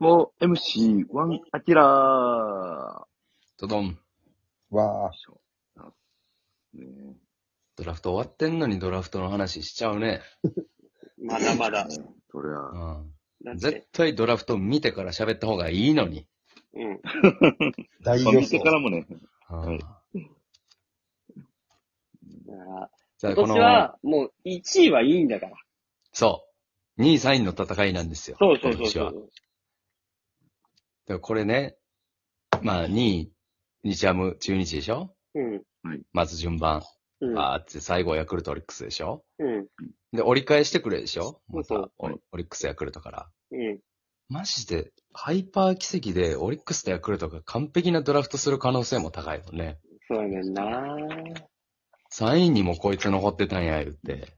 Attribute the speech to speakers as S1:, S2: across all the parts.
S1: 4MC1 アキラー
S2: ドドン。
S3: わあ、
S1: ねえ
S2: ドラフト終わってんのにドラフトの話しちゃうね。
S4: まだまだ。
S1: そりゃ、
S2: う
S4: だっ
S2: ん。
S4: て
S2: 絶、対ドラフト見てから喋った方がいいのに。
S4: うん。
S3: 大
S1: まあ
S3: 予
S1: 見て
S3: 想
S1: か。らもね、
S2: うん
S1: はい
S4: だから、
S2: じゃあ
S4: 今
S2: こ
S4: 年
S2: の、
S4: は、もう、1位はいいんだから。
S2: そう。2位3位の戦いなんですよ。
S4: そうそうそう
S2: 今年
S4: そ
S2: は
S4: う。
S2: でもこれね、まあ2位、日ハム、中日でしょ
S4: うん。
S2: まず順番。
S4: うん。
S2: あーって最後ヤクルト、オリックスでしょ
S4: うん。
S2: で、折り返してくれでしょまた
S4: そう
S2: オ
S1: はい
S2: オリックス、ヤクルトから。
S4: うん。
S2: マジで、ハイパー奇跡でオリックスとヤクルトが完璧なドラフトする可能性も高いもんね。
S4: そうやねんなぁ。
S2: 3位にもこいつ残ってたんや、言って。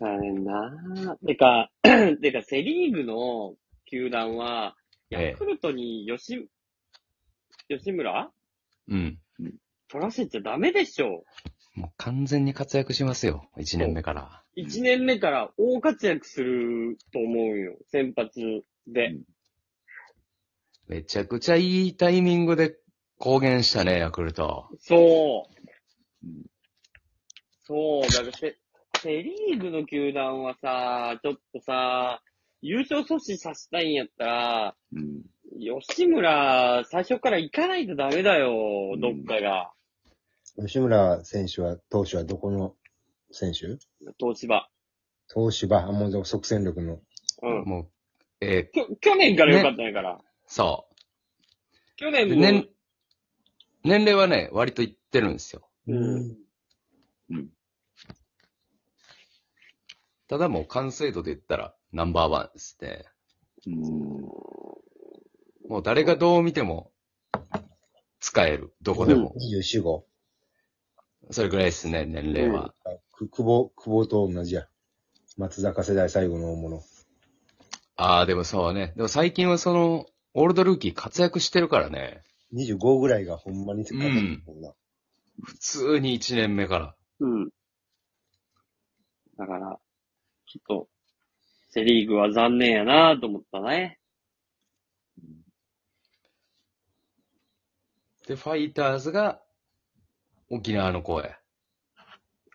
S4: そうやねんなぁ。てか、 てか、セリーグの球団は、
S2: ええ
S4: ヤクルトに吉、吉村
S2: うん。
S4: 取らせちゃダメでしょ。
S2: もう完全に活躍しますよ。1年目から。
S4: 1年目から大活躍すると思うよ。先発で。
S2: めちゃくちゃいいタイミングで公言したね、ヤクルト。
S4: そう
S1: うん。
S4: そう、だからセ、セリーグの球団はさ、ちょっとさ、優勝阻止させたいんやったら、
S1: うん。
S4: 吉村、最初から行かないとダメだよ
S1: う、ん
S4: どっかが。
S3: 吉村選手は、投手はどこの選手
S4: 東芝。
S3: 投手ば、もう即戦力の。
S4: うん。
S2: もう、えー
S4: きょ去年から良かったんやから。
S2: そ
S4: 去
S2: う。
S4: 年
S2: で
S4: も、
S2: 年、年齢はね、割といってるんですよ。
S4: うん。
S2: ただもう完成度で言ったらナンバーワンですね。
S1: うん。
S2: もう誰がどう見ても使える。どこでも。
S3: 24号。
S2: それぐらいですね、年齢は。
S3: く久保、久保と同じや。松坂世代最後の大物。
S2: ああ、でもそうね。でも最近はその、オールドルーキー活躍してるからね。
S3: 25ぐらいがほんまに使ってるもんな。
S2: 普通に1年目から。
S4: うん。だから、ちょっと、セリーグは残念やなと思ったね。
S2: で、ファイターズが、沖縄の声。フ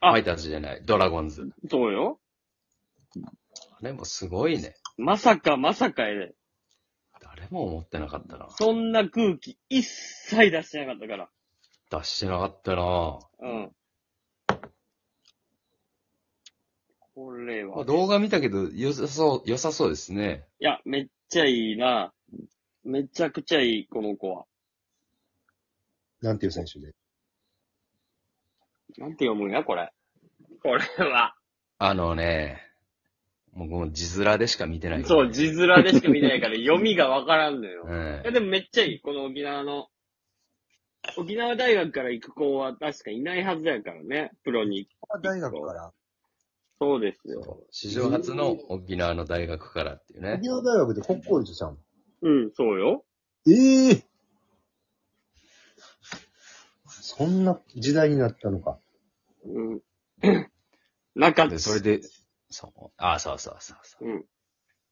S4: あ
S2: ァイターズじゃない、ドラゴンズ。
S4: そうよ。
S2: あれもすごいね。
S4: まさかまさかやで。
S2: 誰も思ってなかったな。
S4: そんな空気一切出してなかったから。
S2: 出してなかったな。
S4: うん。これ
S2: まあ
S4: は。
S2: 動画見たけど、良さそう、良さそうですね。
S4: いや、めっちゃいいな。めちゃくちゃいい、この子は。
S3: なんていう選手で。
S4: なんて読むんや、これ。これは。
S2: あのね、もうもう字面でしか見てない。
S4: そう、字面でしか見てな いから読みがわからんのよ。
S2: うん
S4: いや、。でもめっちゃいい。この沖縄の。沖縄大学から行く子は確かいないはずやからね。プロに。
S3: 大学から。
S4: そうですよ。
S2: 史上初の沖縄の大学からっていうね
S3: 沖。縄大学で国公立さん。
S4: うん、そうよ。
S3: ええそんな時代になったのか。
S4: うん。 なかった
S2: で、。それで、そう、あ、そうそうそうそう。
S4: うん。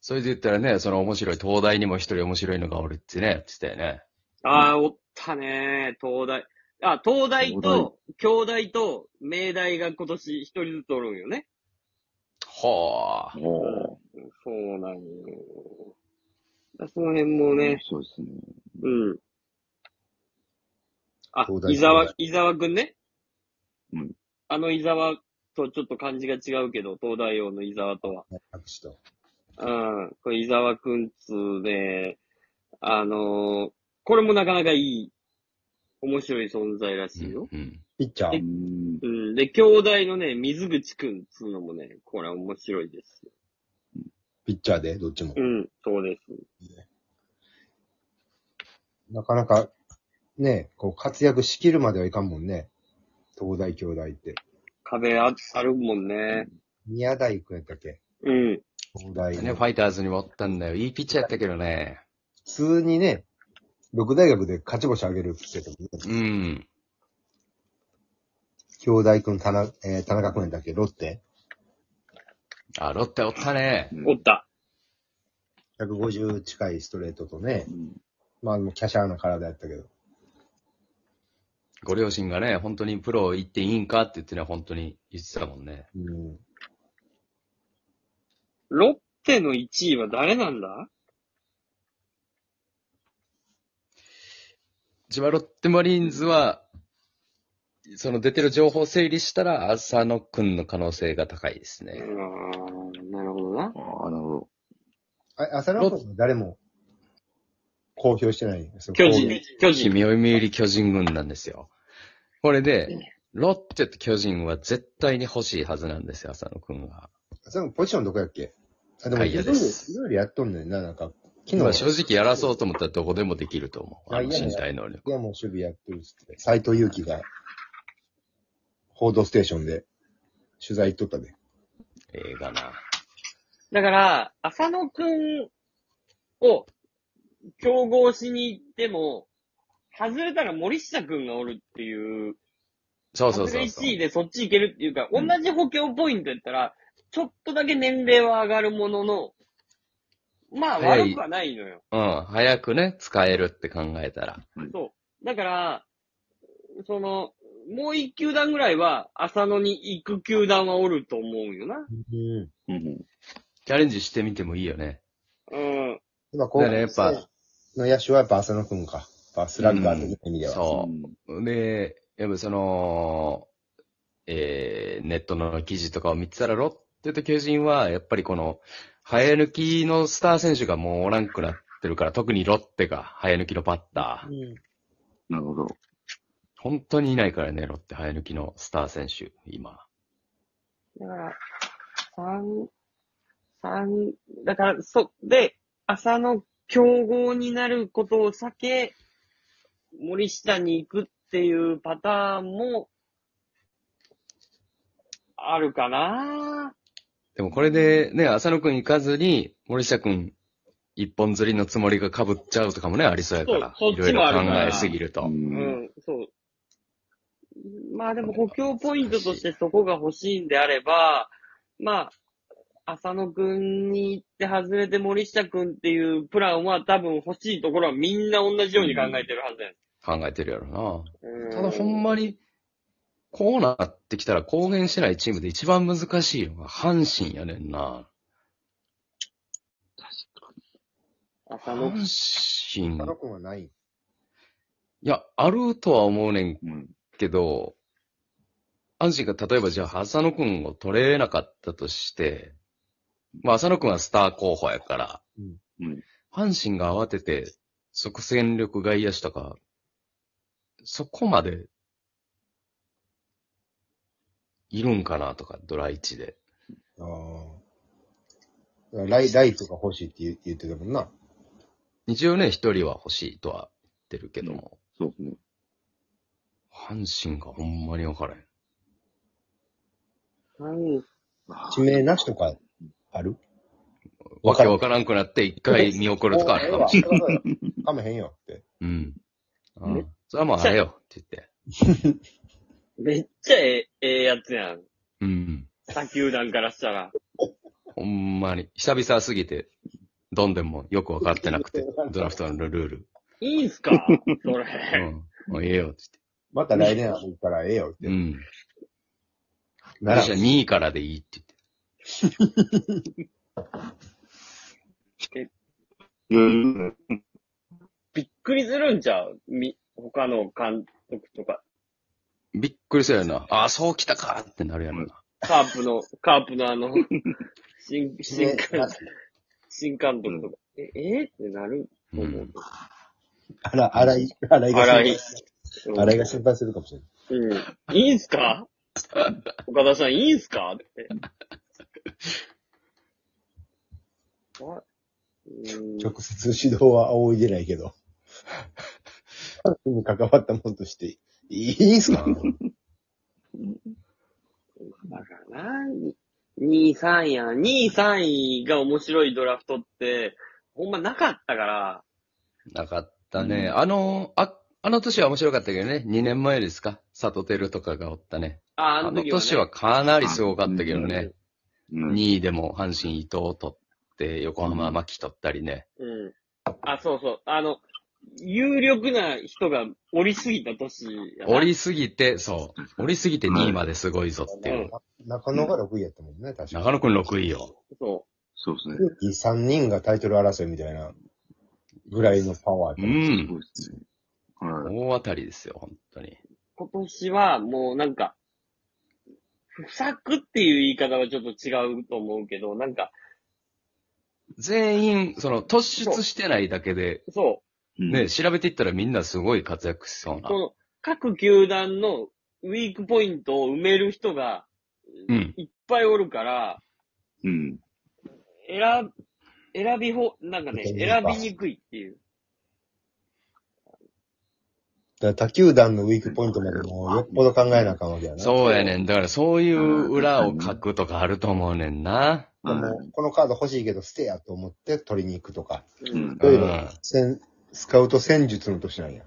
S2: それで言ったらね、その面白い、東大にも一人面白いのがおるってね、言ってたよね。
S4: ああ、おったねー、東大。あ、東大と、京大と、明大が今年一人ずつおるんよね。
S2: ほー。
S1: お
S4: そうなんよ。その辺も
S1: ー。
S4: ね、
S1: そうですね。
S4: うん。あ
S3: 東、大
S4: 伊沢、伊沢くんね。
S1: うん。
S4: あの伊沢とちょっと感じが違うけど、東大王の伊沢とは。
S3: 拍手と。
S4: うん。これ伊沢くんつーで、あのーこれもなかなかいい、面白い存在らしいよ。
S2: うん。
S3: ピッチャ
S1: う
S3: ー。
S1: ん。
S4: うん。で、兄弟のね、水口くんっつうのもね、これは面白いです。
S3: ピッチャーで、どっちも
S4: う。ん、そうです。
S3: なかなか、ね、こう活躍しきるまではいかんもんね。東大兄弟って。
S4: 壁ああるもんね。
S3: 宮大君やったっけ
S4: うん。
S3: 東大
S2: ね、
S3: の。
S2: ファイターズにもおったんだよ。いいピッチャーやったけどね。
S3: 普通にね、六大学で勝ち星上げるって言ってたもんね。
S2: うん。
S3: 兄弟君、田中、えー田中君やったっけロッテ
S2: あ、ロッテおったね。
S4: おった。
S3: 150近いストレートとね
S1: う、ん。
S3: まあでも華奢な体やったけど。
S2: ご両親がね、本当にプロ行っていいんかって言ってね、本当に言ってたもんね。
S3: うん。
S4: ロッテの1位は誰なんだ
S2: 千葉ロッテマリーンズは、その出てる情報を整理したら、浅野くんの可能性が高いです
S4: あ
S2: ね。
S4: ーなるほどな。
S1: ああ、なるほど。
S3: あ、浅野君は誰も公表してないんですよ。
S4: 巨人、巨人。
S2: 君を読売巨人軍なんですよ。これで、ロッテと巨人は絶対に欲しいはずなんですよ、浅野くんは。
S3: 浅野君ポジションどこやっけあ、でも
S2: 外
S3: い
S2: 野
S3: ろい
S2: で
S3: ろ、い
S2: す
S3: ろいろやっとんねんな、なんか。
S2: 今
S3: 昨日
S2: 正直やらそうと思ったらどこでもできると思う。あの
S3: 外野も
S2: 身体能力。
S3: いや、もう守備やってるっつって。斎藤佑樹が、報道ステーションで取材行っとったで。
S2: 映画な。
S4: だから、浅野くんを競合しに行っても、外れたら森下くんがおるっていう、
S2: そうそうそうそ
S4: 外れ1位
S2: う。
S4: でそっち行けるっていうか、
S2: う
S4: 同
S2: ん
S4: じ補強ポイントやったら、ちょっとだけ年齢は上がるものの、まあ
S2: 早い
S4: 悪くはないのよ。
S2: うん。早くね、使えるって考えたら。
S4: そう。だから、その、もう一球団ぐらいは、浅野に行く球団はおると思うよな。
S3: うん。
S1: うんうん。
S2: チャレンジしてみてもいいよね。
S4: うん。
S3: 今、
S2: だ
S3: 高
S2: から
S3: 校
S2: ねやっ
S3: 生
S2: ぱ
S3: の野手はやっぱ浅野くんか。やっぱスラッガーという意味では。
S2: そう
S1: うん。
S2: で、やっぱその、えー、ネットの記事とかを見てたら、ロッテと巨人は、やっぱりこの、早抜きのスター選手がもうおらんくなってるから、特にロッテが早抜きのバッター。
S3: うん
S1: なるほど。。
S2: 本当にいないからね、ロッテ早抜きのスター選手、今。
S4: だから、三、三、だから、そ、で、朝の競合になることを避け、森下に行くっていうパターンも、あるかな
S2: でもこれでね、浅野くん行かずに、森下くん一本釣りのつもりが被っちゃうとかもね、ありそうやから。
S4: そう
S2: い
S4: そ
S2: ろ
S4: っち
S2: いろ
S4: もある
S2: 考
S4: から
S2: えすぎると。
S4: うんん、そう。まあでも補強ポイントとしてそこが欲しいんであれば、まあ、浅野くんに行って外れて森下くんっていうプランは多分欲しいところはみんな同じように考えてるはずや、
S2: 考えてるやろ
S4: う
S2: な。ただほんまに、こうなってきたら公言してないチームで一番難しいのが阪神やねんな。
S4: 浅
S2: 阪
S4: 野くん。
S2: 神。
S3: 浅野くんはない。
S2: いや、あるとは思うねん
S1: うん。
S2: けど、阪神が例えばじゃあ浅野くんを取れなかったとして、まあ浅野くんはスター候補やから、
S1: うん。
S2: 阪神が慌てて即戦力外野手とか、そこまで、いるんかなとか、ドラ1で。
S3: ああ。ライ、ライトが欲しいって言言ってたもんな。
S2: 一応ね、一人は欲しいとは言ってるけども、
S1: そうですね。
S2: 阪神がほんまに分からへん。
S4: うん
S1: あ
S3: 地名なしとかある
S2: わけわからんくなって一回見送るとかあるかもしれん
S3: れない。かめへんよって。
S2: うん。う
S4: めっ
S2: ん。それはもうあれよって言って。
S4: めっちゃええ、ええやつやん。
S2: うん。
S4: 他球団からしたら。
S2: ほんまに。久々すぎて、どんでんもよく分かってな くて、ドラフトのルール。
S4: いいん すかそれ。
S2: うん。もうええよって
S3: また来年あるからええよって。
S2: 言って。うん。
S3: なら
S2: 私は2位からでいいって言って。
S1: うん。
S4: びっくりするんちゃうみ、他の監督とか。
S2: びっくりするやろな。ああ、そう来たかってなるやろな。
S4: カープの、カープの あの、新、新
S3: ね
S4: 監督、新監督とか。え、えってなると
S2: う。。
S4: 思うん
S3: あら、あらい、あらいが心
S4: 荒
S3: 配
S4: 井。
S3: あらいが心配するかもしれない。
S4: うん。いいんすか岡田さん、いいんすかって。あうん
S3: 直接指導は仰いでないけど。 阪神に関わったもんとして、いいんすか
S4: だからな、2位、3位やな。2位、3位が面白いドラフトって、ほんまなかったから、
S2: なかったね。あの、あ、あの年は面白かったけどね。2年前ですかサトテルとかがおったね。
S4: あ
S2: あ
S4: あの
S2: の
S4: 時は、ね。
S2: 年はかなりすごかったけどね。
S1: うん。
S2: 2位でも阪神伊藤を取っって、横浜牧取ったりね。
S4: うん。あ、そうそう。あの、有力な人が降りすぎた年やな
S2: 降りすぎて、そう。降りすぎて2位まですごいぞっていう。
S3: 中野が6位やったもんね、確か
S2: 中野くん6位よ。
S4: そ
S1: そうですね。
S3: に。3人がタイトル争いみたいなぐらいのパワ
S2: う
S3: ーと。
S1: す
S2: ん。
S1: ごいですね。はい。
S2: 大当たりですよ、本当に。
S4: う。今年はもうなんか、不作っていう言い方はちょっと違うと思うけど、なんか、
S2: 全員、その、突出してないだけで、
S4: そ
S1: うん
S2: ね、調べていったらみんなすごい活躍しそう
S4: う、
S2: な
S4: そ。の、各球団のウィークポイントを埋める人が
S2: うん。
S4: いっぱいおるから、
S1: うん。
S4: 選、選びほ、なんかね、選びにくいっていう。
S3: だから他球団のウィークポイントまでもうよっぽど考えなあかんわけやな。
S2: そうやねん。だからそういう裏を書くとかあると思うねんな。
S3: で
S1: は
S3: もこのカード欲しいけど捨てやと思って取りに行くとか。
S1: い。うん。
S3: そういう
S2: う
S3: の
S2: ん、
S3: せんスカウト戦術の年なんや。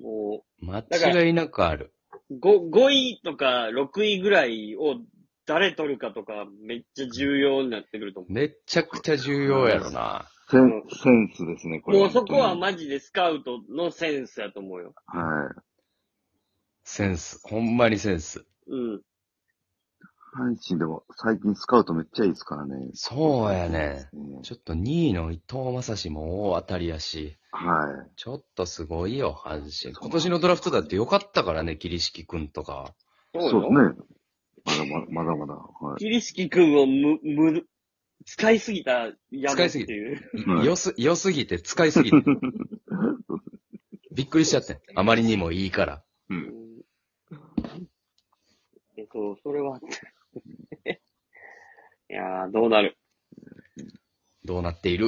S4: も
S2: 間違いなくある。
S4: う、5、5位とか6位ぐらいを誰取るかとかめっちゃ重要になってくると思う。
S2: めっちゃくちゃ重要やろな。
S1: センセンスですね、これ。
S4: もうそこは
S1: ま、
S4: マジでスカウトのセンスやと思うよ。
S1: はい。
S2: センス。ほんまにセンス。
S4: うん。
S1: 阪神でも最近スカウトめっちゃいいですからね。
S2: そうやね
S1: うん。
S2: ちょっと2位の伊藤正史も大当たりやし、
S1: は
S2: ちょっとすごいよ、阪神。今年のドラフトだって良かったからね、桐敷くんとか。
S1: い。そうですね。まだまだ、まだまだ。はい。
S4: キリシキ君をむ、む、使いすぎたや
S2: 使
S4: め
S2: い
S4: って
S2: すぎ
S4: いう。
S1: はい
S2: 良す、良すぎて、使いす ぎて。びっくりしちゃってん。あまりにもいいから。
S1: う。
S4: うんん えっと、それはあった。 いやー、どうなる
S2: どうなっている